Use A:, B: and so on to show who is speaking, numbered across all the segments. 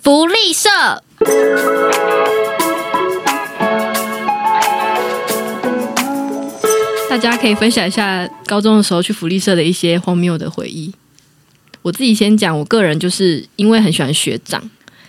A: 福利社。
B: 大家可以分享一下高中的时候去福利社的一些荒谬的回忆。我自己先讲，我个人就是因为很喜欢学长，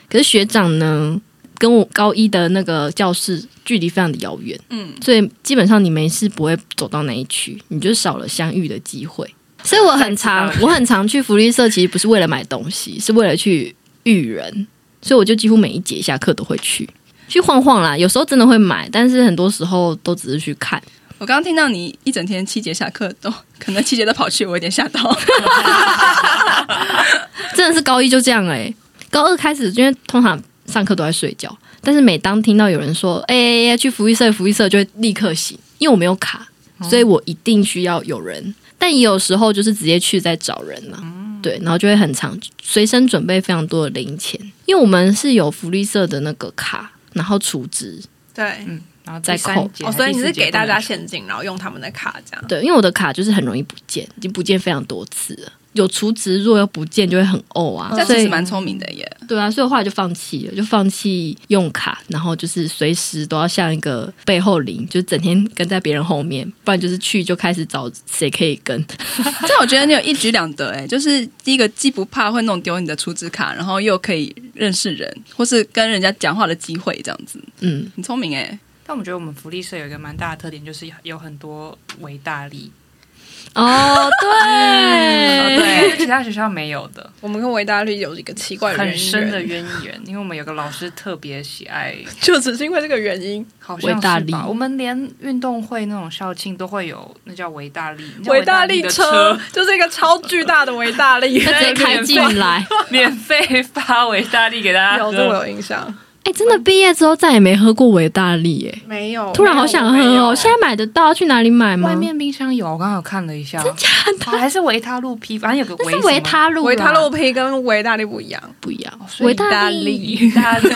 B: 可是学长呢，跟我高一的那个教室距离非常的遥远，
C: 嗯，
B: 所以基本上你没事不会走到那一区，你就少了相遇的机会。所以我很常，我很常去福利社，其实不是为了买东西，是为了去遇人，所以我就几乎每一节下课都会去去晃晃啦。有时候真的会买，但是很多时候都只是去看。
C: 我刚刚听到你一整天七节下课都可能七节都跑去，我有点吓到。
B: 真的是高一就这样哎、高二开始，因为通常上课都在睡觉，但是每当听到有人说“哎、欸去福利社，福利社”，就会立刻醒，因为我没有卡，
C: 哦
B: 所以我一定需要有人。但也有时候就是直接去再找人了、
C: 嗯
B: 对，然后就会很长，随身准备非常多的零钱，因为我们是有福利社的那个卡，然后储值。
C: 对，
D: 然后
B: 再
D: 第
B: 扣
D: 三节
C: 哦，
D: 还是
C: 所以你嗯
D: 第
C: 是
D: 四节
C: 给
D: 不
C: 大
D: 能
C: 家
D: 去
C: 现金，然后用他们的卡这样。
B: 对，因为我的卡就是很容易不见，已经不见非常多次了。有储值，如果又不见，就会很呕啊。
C: 这样
B: 所
C: 其
B: 以
C: 实蛮聪明的耶，
B: 对啊，所以我后来就放弃了，就放弃用卡，然后就是随时都要像一个背后灵，就整天跟在别人后面，不然就是去就开始找谁可以跟。
C: 这样我觉得你有一举两得哎，就是第一个既不怕会弄丢你的储值卡，然后又可以认识人，或是跟人家讲话的机会，这样子
B: 嗯，
C: 很聪明哎。
D: 但我觉得我们福利社有一个蛮大的特点，就是有很多维大力，啊
B: 哦，
C: 嗯
B: 对，
D: 对，其他学校没有的，
C: 我们跟维大利有一个奇怪的
D: 很
C: 渊
D: 深的
C: 源，
D: 渊源。因为我们有个老师特别喜爱，
C: 就只是因为这个原因，
D: 好
B: 维
D: 像
B: 大
D: 是
B: 力
D: 吧？我们连运动会那种校庆都会有，那叫维大力，你知道
C: 维大
D: 大
C: 利
D: 的
C: 车，就是一个超巨大的维大利，
B: 那 直接开进来。
D: 免费发维大力给大家
C: 有这我
D: 喝。
C: 有印象，
B: 哎，真的毕业之后再也没喝过维大利耶，
C: 没有，啊
B: 突然好想喝哦！现在买得到，去哪里买吗？
D: 外面冰箱有，我刚好看了一下，真假的？还是维他露批，反正有个
B: 那
D: 维
B: 是维他露啦，啊
C: 维他洛佩跟维大利不一样，
B: 不一样
D: 哦，所以
B: 维大利
D: 意大利，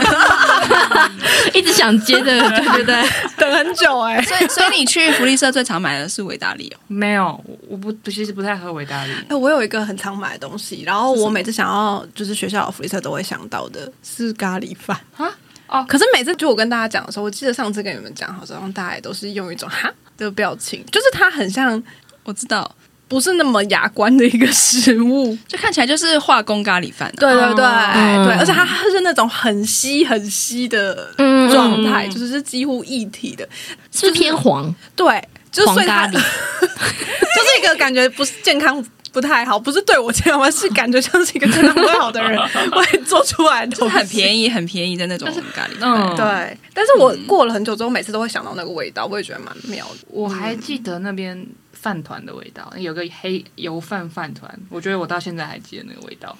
B: 一直想接着， 对不对？
C: 等很久哎、 所以所以你去福利社最常买的是维大利哦。
D: 没有，我我不不其实不太喝维大利。
E: 哎、我有一个很常买的东西，然后我每次想要就是学校有福利社都会想到的是咖喱饭
D: 啊哦
E: 可是每次就我跟大家讲的时候，我记得上次跟你们讲，好像大家也都是用一种哈的表情，就是它很像
C: 我知道，
E: 不是那么雅观的一个食物。
C: 就看起来就是化工咖喱饭、啊。
E: 嗯对对对、
B: 嗯
E: 对，而且它是那种很稀很稀的
B: 嗯
E: 状态，就是是几乎一体的。
B: 是不是偏黄
E: 对，就是
B: 黄
E: 所以
B: 咖
E: 它就
B: 喱？
E: 是一个感觉不是健康不太好，不是对我健康不太好，是感觉像是一个健康不太好的人 会做出来的东西，
C: 很便宜，很便宜的那种咖喱饭。
D: 嗯，
E: 对，但是我过了很久之后，每次都会想到那个味道，我也觉得蛮妙的。
D: 我还记得那边饭团的味道，有个黑油饭饭团，我觉得我到现在还记得那个味道。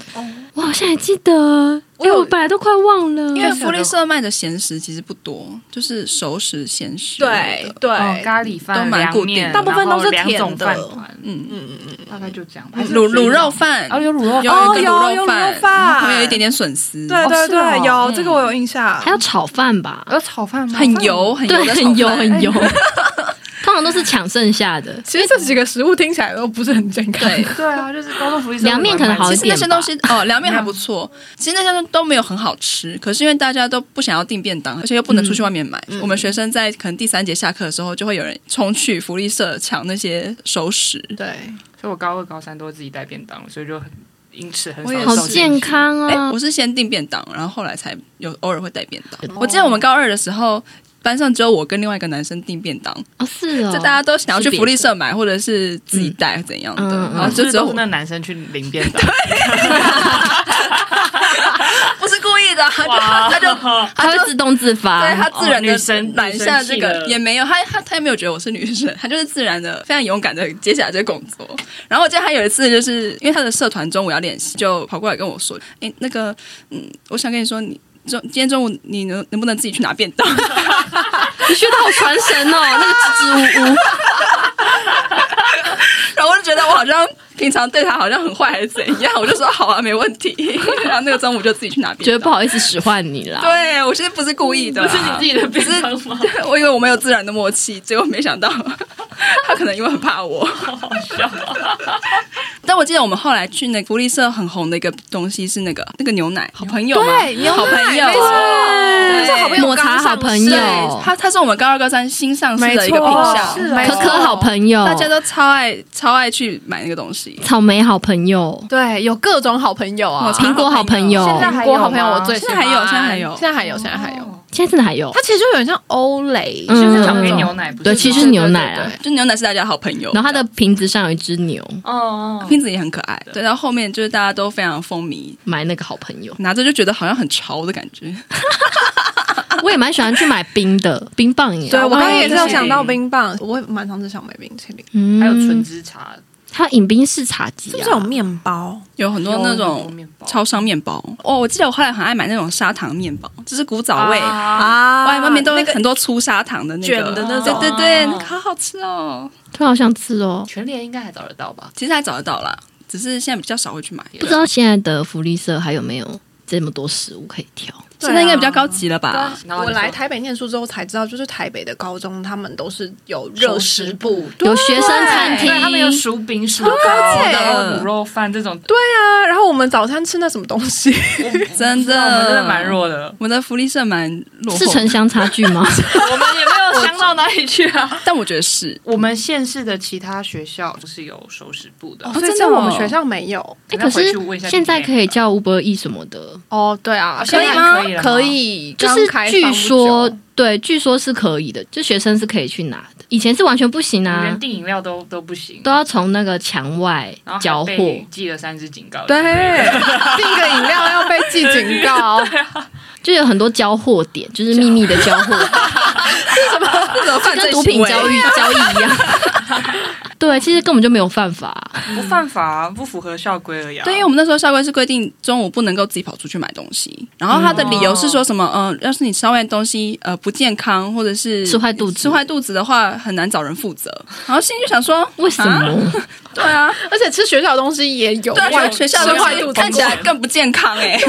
B: 我好像也记得，因为我本来都快忘了，
C: 因为福利社卖的咸食其实不多，就是熟食咸食。
E: 对，对，
D: 哦咖喱
C: 都
D: 饭、
C: 蛮
D: 凉
C: 固定
D: 面，
C: 大
E: 部分都是
D: 然后两种
E: 甜的
D: 饭团，
C: 嗯嗯，
D: 大概就这样吧。
C: 卤卤肉饭，
D: 啊，有卤肉
C: 有
D: 饭，
C: 一个
E: 哦有
C: 卤
E: 有
C: 肉
E: 卤
C: 饭，
E: 肉饭
C: 然后有一点点笋丝，
E: 对对
D: 是哦
E: 对，有
D: 嗯
E: 这个我有印象
B: 还。有炒饭吧，
D: 有炒饭吗？
C: 很油，很油
B: 对，
C: 的炒饭，哎
B: 很油很 油，通常都是抢剩下的。
E: 其实这几个食物听起来都不是很健康。
C: 对。
D: 对啊，就是高中福利社
B: 凉面可能好
C: 其
B: 一
C: 实
B: 点
C: 那些东西哦，凉面 还不错。其实那些东西都没有很好吃，可是因为大家都不想要订便当，而且又不能
B: 嗯
C: 出去外面买。我们学生在可能第三节下课的时候，就会有人冲去福利社抢那些熟食。
E: 对，
D: 所以我高二、高三都自己带便当，所以就很因此很
C: 我也
D: 少
C: 是
B: 好
D: 受进
B: 健
D: 去。
B: 康
C: 哎、
B: 啊！
C: 我是先订便当，然后后来才有偶尔会带便当。
B: 哦
C: 我记得我们高二的时候，班上只有我跟另外一个男生订便当，
B: 哦，是哦，
C: 就大家啊都想要去福利社买，或者是自己带怎样的，
B: 嗯嗯嗯
C: 然后
D: 就
C: 就只有
D: 都
C: 我
D: 是那男生去领便当，
C: 不是故意的， 他就他就。
B: 它会自动自
C: 对
B: 发。
C: 他自然
D: 哦
C: 的
D: 女生
C: 揽下这
D: 女生
C: 个
D: 气了
C: 也没有，他他他也没有觉得我是女生，他就是自然的非常勇敢的接下来这个工作。然后我记得他有一次就是因为他的社团中午要练习，就跑过来跟我说：“哎，那个嗯，我想跟你说，你中今天中午你能能不能自己去拿便当？”
B: 你学的好传神哦，那个支支吾吾。
C: 然后我就觉得我好像平常对他好像很坏还是怎样，我就说好啊，没问题。 然后那个中午就自己去拿
B: 觉
C: 便
B: 得
C: 当。
B: 不好意思使唤你啦。
C: 对，啊我其嗯实不是故意的啦，
D: 自己的便当吗？
C: 我以为我们有自然的默契，结果没想到他可能因为很怕我。但我记得我们后来去那个福利社很红的一个东西是那个那个牛奶好朋友嘛，
E: 对牛奶
C: 好朋友
E: 没，错，
C: 对
E: 是好朋友
B: 抹茶
E: 刚上
B: 好朋
E: 市
B: 友
C: 对，它它是我们高二高三新上市的一个品
E: 没
C: 项，
E: 错是啊
B: 可可好朋友，
C: 大家都超爱超爱去买那个东西。
B: 草莓好朋友，
E: 对，有各种好朋友啊
C: 抹。茶
B: 苹果好朋友，
D: 现在
E: 韩
D: 还
E: 国
D: 有
E: 好朋友我最
D: 吗
E: 哦喜欢
C: 现在还有现在还有
E: 现在还有，现在还有。
B: 现在真的还有
E: 它，其实就有点像欧蕾，
B: 嗯
E: 就是
D: 草
E: 像
D: 莓
E: 那
D: 牛
E: 种
D: 奶不是
B: 对，
D: 吗
B: 其实是牛奶
E: 对
B: 啦
E: 对。
C: 就牛奶是大家好朋友，
B: 然后它的瓶子上有一只牛，
D: 哦哦，
C: 瓶子也很可爱。对，到后面就是大家都非常风靡，，
B: 买那个好朋友
C: 拿着就觉得好像很潮的感觉。啊
B: 我也蛮喜欢去买冰的，冰棒耶。
E: 对我刚刚也是有
D: 冰淇
E: 想
D: 淋
E: 到冰棒，我也蛮常只想买冰淇淋，
B: 嗯
D: 还有纯，芝茶，
B: 还有饮冰室茶几
E: 是
B: 啊，
E: 不是有面包？
C: 有很多那
D: 有
C: 种
D: 面包
C: 超商面包哦，我记得我后来很爱买那种砂糖面包，就是古
B: 哦
C: 早味，
D: 啊，
E: 啊
C: 外外面都有很多粗砂糖的那个
E: 卷的那种
C: 对对对，
D: 哦
C: 那个好好吃哦。
B: 突然好想吃哦。
D: 全联应该还找得到吧？
C: 其实还找得到啦，只是现在比较少会去买，
B: 不
D: 啊
B: 知道现在的福利社还有没有这么多食物可以挑？
E: 对啊
C: 现在应该比较高级了吧？
D: 然后
E: 呃我
D: 你说
E: 来台北念书之后才知道，就是台北的高中他们都是有热食部，对
B: 有学生餐厅
D: 对，他们有薯饼、薯糕，
E: 对
D: 然后卤肉饭这种，
E: 对啊。然后我们早餐吃那什么东西？
C: 真的，
D: 啊我们真的蛮。弱的，
C: 我们的福利社蛮落后
B: 是城
C: 的，
B: 乡差距 吗？
D: 我们也没有香到哪里去啊。
C: 但我觉得是
D: 我们县市的其他学校不是有熟食部的，
E: 所以
C: 真的
E: 在
C: 哦
E: 我们学校没有。
B: 哎，
D: 哎
B: 可是
D: 那回去问一下
B: 现在
D: 你妹
B: 可以叫 Uber E 什么的，
E: 哦，对啊，
D: 现
E: 以
D: 在
E: 吗
D: 可以了？吗
E: 可以，
B: 就是
E: 刚开放不
B: 据
E: 久
B: 说对，据说是可以的，就学生是可以去拿的。以前是完全不行
D: 你
B: 啊
D: 连，订饮料都都不行
B: 都，要从那个墙外
D: 然后
B: 缴
D: 哦还被
B: 获，
D: 记了三支警告。
E: 对，订个饮料要被记警 告，
B: 就有很多交货点，就是秘密的交货点，
C: 这种犯
B: 跟
C: 罪
B: 毒品交易交易一 样。对，其实根本就没有犯法、
D: 不犯法啊，不符合校规而已啊。
C: 对，因为我们那时候校规是规定中午不能够自己跑出去买东西，然后他的理由是
B: 哦
C: 说什么，嗯、要是你烧外东西呃不健康或者是
B: 吃坏肚子
C: 吃坏肚子的话，很难找人负责。然后心里就想说，
B: 为什
C: 啊
B: 么？
C: 对啊，
E: 而且吃学校的东西也有
C: 对啊，
E: 外
C: 学校
E: 吃
C: 的
E: 坏肚子
C: 看起来更不健康哎、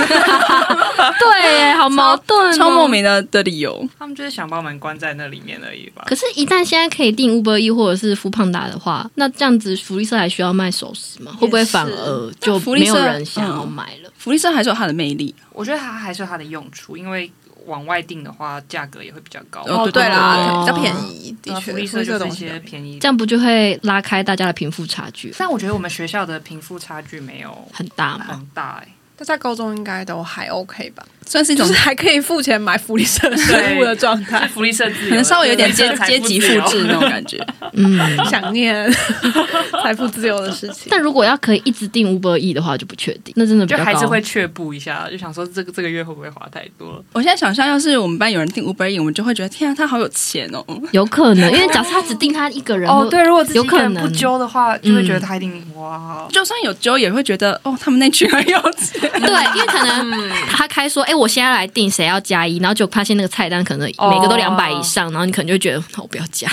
B: 对耶，好矛盾、哦，
C: 超莫。名的的理由。
D: 他们就是想把我们关在那里面而已吧。
B: 可是，一旦现在可以订 Uber E 或者是富胖达的话，那这样子福利社还需要卖熟食吗？会不会反而就
C: 福利
B: 没
C: 社
B: 有人想要买了？
C: 福利社还是有它的魅力，
D: 我觉得它还是有它的用处，因为往外订的话，价格也会比较高。
C: 哦
E: 哦，对啦，
B: 哦
E: 比较便宜，
D: 对
E: 的
D: 啊
E: 确，
D: 福利社就是
E: 东
D: 一
E: 西
D: 些便宜
B: 这。样不就会拉开大家的贫富差距
D: 但我觉得我们学校的贫富差距没有
B: 很大吗？
D: 很大哎、
E: 大家高中应该都还 OK 吧，
C: 算是一
E: 就
C: 种
E: 是还可以付钱买福利社食物的状
D: 欸，
E: 态
D: 是。福利社自由
C: 可能稍微有点阶
D: 福利社财
C: 阶
D: 富
C: 级复
D: 自由
C: 制那种感觉。
B: 嗯，
E: 想念 财富自由的事情，
B: 但如果要可以一直订 Uber E 的话，就不确定，那真的比
D: 就
B: 较
D: 还是
B: 高
D: 会。却步一下，就想说这个这个月会不会花太多？
C: 我现在想象，要是我们班有人订 Uber E，我们就会觉得天啊，他好有钱哦。
B: 有可能，因为假设他只订他一个 人，或
D: 哦对，如果自
B: 有可
D: 不
B: 能
D: 揪的话，就会觉得他一定、哇，
C: 就算有揪，也会觉得哦，他们那群很有钱。
B: 对，因为可 能他开说，哎、我现在来订，谁要加一，然后就发现那个菜单可能每个都
D: 哦
B: 两百以上，然后你可能就觉得，那我不要加，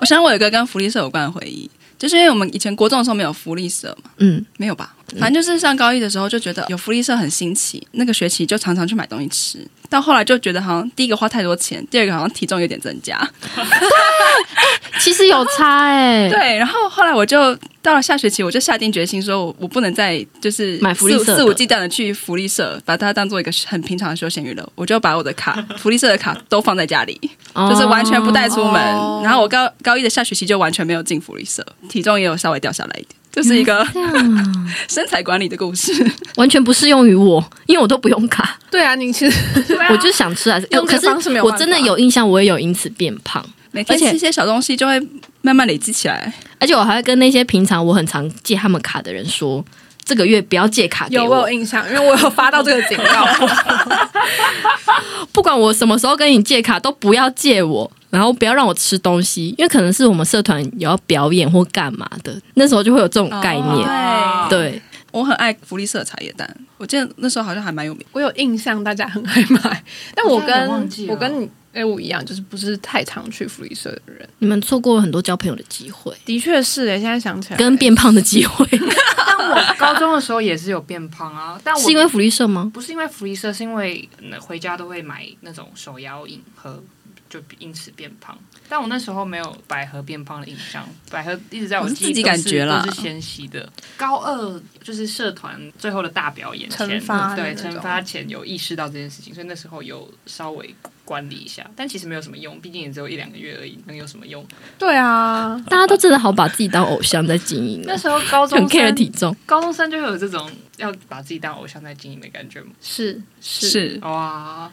C: 我想我有一个跟福利社有关的回忆，就是因为我们以前国中的时候没有福利社嘛，
B: 嗯，
C: 没有吧？反正就是上高一的时候就觉得有福利社很新奇，那个学期就常常去买东西吃。到后来就觉得好像第一个花太多钱，第二个好像体重有点增加。
B: 其实有差哎、
C: 对，然后后来我就到了下学期，我就下定决心说，我我不能再就是
B: 买福利
C: 肆无
B: 社的
C: 肆无忌惮的去福利社，把它当做一个很平常的休闲娱乐。我就把我的卡福利社的卡都放在家里，
B: 哦
C: 就是完全不带出门。
E: 哦
C: 然后我高高一的下学期就完全没有进福利社，体重也有稍微掉下来一点。就是 一个
B: 这样啊，
C: 身材管理的故 事，
B: 完全不适用于我，因为我都不用卡，
E: 对啊，你其实
B: 我就是想吃还是。
E: 用这
B: 可
E: 个方式没
B: 是
E: 有
B: 我
E: 办法
B: 真的有印象，我也有因此变胖，
C: 每天
B: 而且
C: 吃一些小东西就会慢慢累积起来。
B: 而且我还会跟那些平常我很常借他们卡的人说，这个月不要借卡给
E: 有
B: 我，
E: 我有印象，因为我有发到这个警告。
B: 不管我什么时候跟你借卡，都不要借我，然后不要让我吃东西，因为可能是我们社团有要表演或干嘛的，那时候就会有这种概念。
C: 哦
D: 嗯对
B: 对，
C: 我很爱福利社的茶叶蛋，我记得那时候好像还蛮有名。
E: 我有印象，大家很爱买，但我
D: 我现在
E: 跟
D: 有点忘记了
E: 我跟你哎我一样，就是不是太常去福利社的人。
B: 你们错过了很多交朋友的机会，
E: 的确是哎，现在想起来，
B: 跟变胖的机会，
D: 但我高中的时候也是有变胖啊，但我
B: 是因为福利社吗？
D: 不是因为福利社，是因为嗯回家都会买那种手摇饮喝。就因此变胖。但我那时候没有百合变胖的印象，百合一直在
C: 我
D: 我
C: 是
D: 记忆
C: 自己
D: 都
C: 感
D: 是
C: 觉啦
D: 都是先吸的。高二就是社团最后的大表演前，
E: 惩罚的
D: 对
E: 那种
D: 惩罚前有意识到这件事情，所以那时候有稍微管理一下，但其实没有什么用，毕竟也只有一两个月而已，能有什么用？
E: 对啊，
B: 大家都真的好把自己当偶像在经营
D: 那
B: 哦，
D: 时候高中
B: 很 care
D: 生
B: 体重，
D: 高中生就会有这种要把自己当偶像在经营的感觉吗？
B: 是
C: 是
D: 哇，